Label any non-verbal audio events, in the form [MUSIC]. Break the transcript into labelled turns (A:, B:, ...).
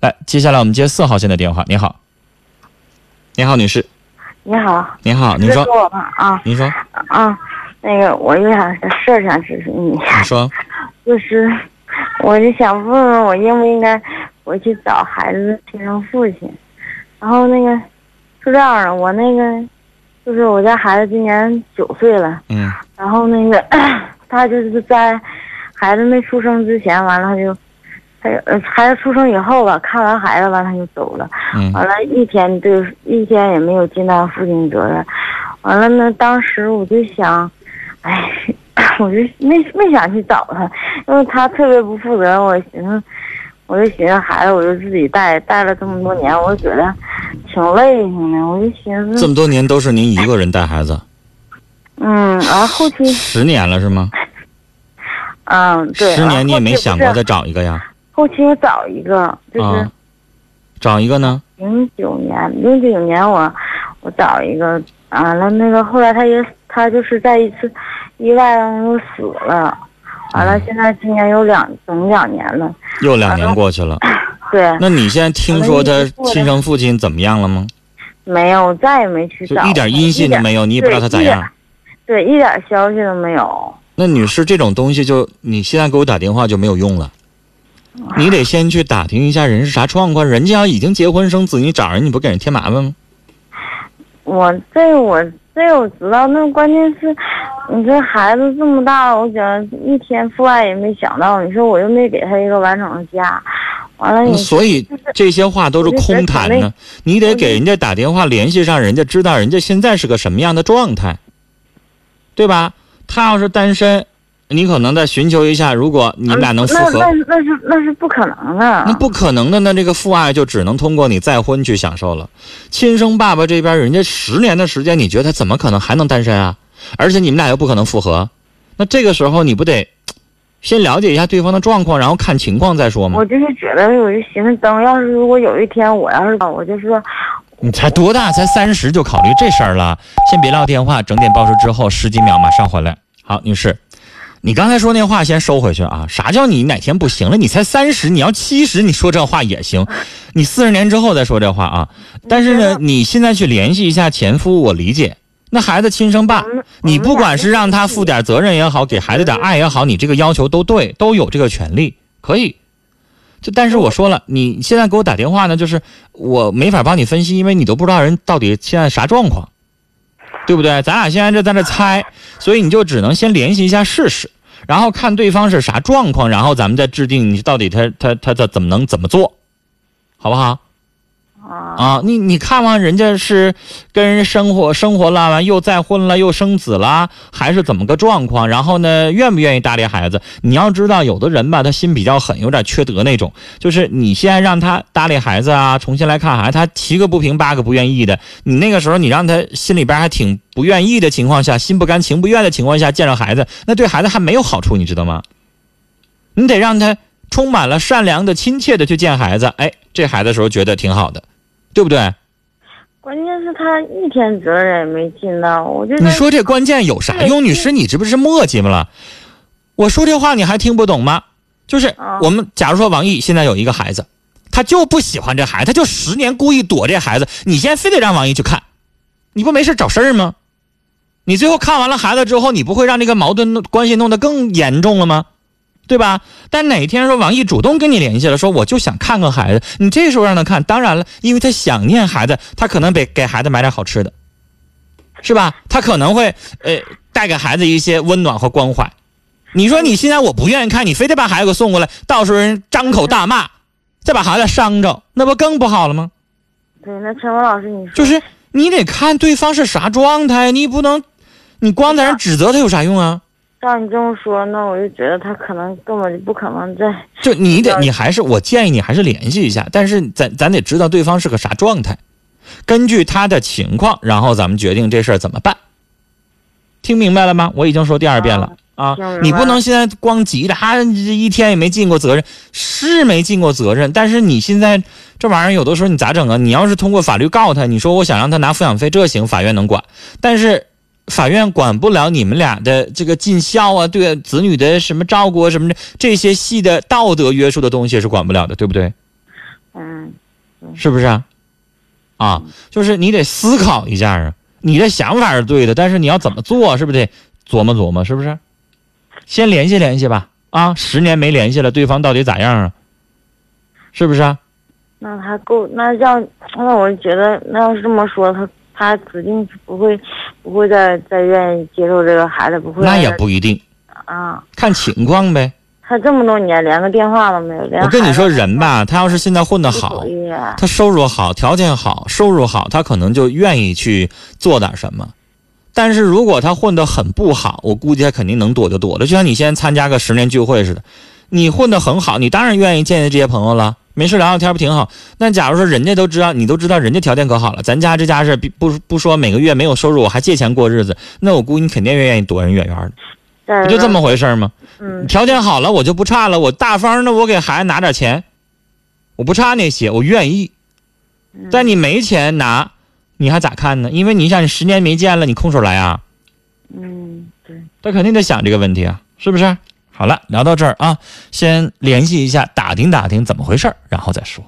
A: 来，接下来我们接四号线的电话。你好，你好，女士，
B: 你好，
A: 你好，您
B: 是
A: 说，
B: 我吗？啊
A: 您说，
B: 啊，那个我有想事儿想咨询你一 [LAUGHS] 下
A: 你，说，
B: 就是我就想问问我应不应该回去找孩子的亲生父亲。然后那个是这样的，我那个就是我家孩子今年九岁了，
A: 嗯
B: 然后那个 [COUGHS] 他就是在孩子没出生之前，完了他就。他呃，孩子出生以后吧，看完孩子完他就走了，
A: 嗯
B: 完了，一天对一天也没有尽到父亲责任。完了呢，当时我就想，哎， [COUGHS] 我就没没想去找他，因为他特别不负责任。我寻思，我就寻思孩子，我就自己带，带了这么多年，我觉得挺累挺的。我就寻
A: 这
B: 思，
A: 么多年都是您一个人带孩子，
B: 嗯，然后后期，
A: 十年了是吗？
B: 嗯，对，
A: 十
B: 然后
A: 年你也没
B: 后期
A: 想
B: 不
A: 过
B: 是
A: 再找一个呀？
B: 后期我找一个，就是
A: 啊，找一个呢？
B: 零九年，零九年我我找一个，完了那个后来他也他就是在一次意外当中死了，
A: 嗯
B: 完了现在今年有两整两年了，
A: 又两年过去了，
B: 嗯对，
A: 那你现在听说他亲生父亲怎么样了吗？
B: 没有，我再也没去
A: 就
B: 找，
A: 一点音信都
B: 有，
A: 没有，你也不知道他咋样。
B: 对，一点消息都没有，
A: 那女士，这种东西就你现在给我打电话就没有用了，你得先去打听一下人是啥状况。人家已经结婚生子，你找人你不给人添麻烦吗？
B: 我这我这我知道，那关键是，你这孩子这么大了，我觉得一天父爱也没想到，你说我又没给他一个完整的家，完了
A: 那
B: 你
A: 所以这些话都是空谈
B: 哎我就觉得挺
A: 呢。你得给人家打电话联系上人家，知道人家现在是个什么样的状态，对吧？他要是单身，你可能再寻求一下，如果你们俩能复合，
B: 嗯那那那是那是不可能的。
A: 那不可能的，那这个父爱就只能通过你再婚去享受了。亲生爸爸这边，人家十年的时间，你觉得他怎么可能还能单身啊？而且你们俩又不可能复合，那这个时候你不得先了解一下对方的状况，然后看情况再说吗
B: 我？就是觉得，我就寻思，等要是如果有一天我要是，我就说，
A: 你才多大？才三十就考虑这事儿了？先别撂电话，整点报时之后十几秒马上回来。好，女士，你刚才说那话先收回去啊！啥叫你哪天不行了？你才三十，你要七十，你说这话也行。你四十年之后再说这话啊！但是呢，你现在去联系一下前夫，我理解。那孩子亲生爸
B: 嗯我们，
A: 你不管是让他负点责任也好，给孩子点爱也好，你这个要求都对，都有这个权利，可以。就但是我说了，你现在给我打电话呢，就是我没法帮你分析，因为你都不知道人到底现在啥状况，对不对？咱俩现在就在这猜，所以你就只能先联系一下试试，然后看对方是啥状况，然后咱们再制定你到底他他他他怎么能怎么做，好不好？
B: 啊，
A: 啊，你你看完人家是跟人生活生活了，完又再婚了，又生子了，还是怎么个状况？然后呢，愿不愿意搭理孩子？你要知道，有的人吧，他心比较狠，有点缺德那种，就是你现在让他搭理孩子啊，重新来看孩子，他七个不平八个不愿意的。你那个时候你让他心里边还挺不愿意的情况下，心不甘情不愿的情况下见着孩子，那对孩子还没有好处，你知道吗？你得让他充满了善良的、亲切的去见孩子，哎，这孩子时候觉得挺好的。对不对？
B: 关键是他一天责任也没尽到，我就
A: 你说这关键有啥
B: 对
A: 用？女士，你这不是磨叽吗了？我说这话你还听不懂吗？就是
B: 啊
A: 我们假如说王毅现在有一个孩子，他就不喜欢这孩子，他就十年故意躲这孩子，你现在非得让王毅去看，你不没事找事儿吗？你最后看完了孩子之后，你不会让这个矛盾关系弄得更严重了吗？对吧？但哪天说王毅主动跟你联系了，说我就想看看孩子，你这时候让他看，当然了，因为他想念孩子，他可能得给孩子买点好吃的，是吧？他可能会呃带给孩子一些温暖和关怀。你说你现在我不愿意看，你非得把孩子给我送过来，到时候人张口大骂，再把孩子伤着，那不更不好了吗？
B: 对，那陈文老师，你说
A: 就是你得看对方是啥状态，你不能，你光在那指责他有啥用啊？
B: 照你这么说，那我就觉得他可能根本就不可能再
A: 就你得，你还是我建议你还是联系一下，但是咱咱得知道对方是个啥状态，根据他的情况，然后咱们决定这事儿怎么办。听明白了吗？我已经说第二遍了啊
B: 听明白！
A: 你不能现在光急着，他、这一天也没尽过责任，是没尽过责任，但是你现在这玩意儿有的时候你咋整啊？你要是通过法律告他，你说我想让他拿抚养费，这行，法院能管，但是法院管不了你们俩的这个尽孝啊，对子女的什么照顾啊，什么的这些细的道德约束的东西是管不了的，对不对？
B: 嗯，
A: 是不是啊？啊，就是你得思考一下啊，你的想法是对的，但是你要怎么做，是不是得琢磨琢磨，是不是？先联系联系吧，啊，十年没联系了，对方到底咋样啊？是不是啊？
B: 那他够，那要那我觉得，那要是这么说，他他指定是不会不会再再愿意接受这个孩子，不会
A: 那也
B: 再
A: 不一定，
B: 啊。
A: 看情况呗。
B: 他这么多年连个电话都没有，连
A: 我跟
B: 孩
A: 你
B: 子
A: 说，人吧，他要是现在混得
B: 都
A: 好
B: 不，理啊
A: 他收入好，条件好，收入好，他可能就愿意去做点什么。但是如果他混得很不好，我估计他肯定能躲就躲了。就像你现在参加个十年聚会似的，你混得很好，你当然愿意见见这些朋友了，没事聊聊天不挺好？那假如说人家都知道，你都知道人家条件可好了，咱家这家是比不不说每个月没有收入，我还借钱过日子，那我估计你肯定愿意躲人远远的，
B: 再
A: 不就
B: 说
A: 这么回事儿吗？
B: 嗯
A: 条件好了，我就不差了，我大方的，我给孩子拿点钱，我不差那些，我愿意。
B: 嗯
A: 但你没钱拿，你还咋看呢？因为你想，你十年没见了，你空手来啊，
B: 嗯对。
A: 他肯定得想这个问题啊，是不是？好了，聊到这儿啊，先联系一下，打听打听怎么回事儿，然后再说。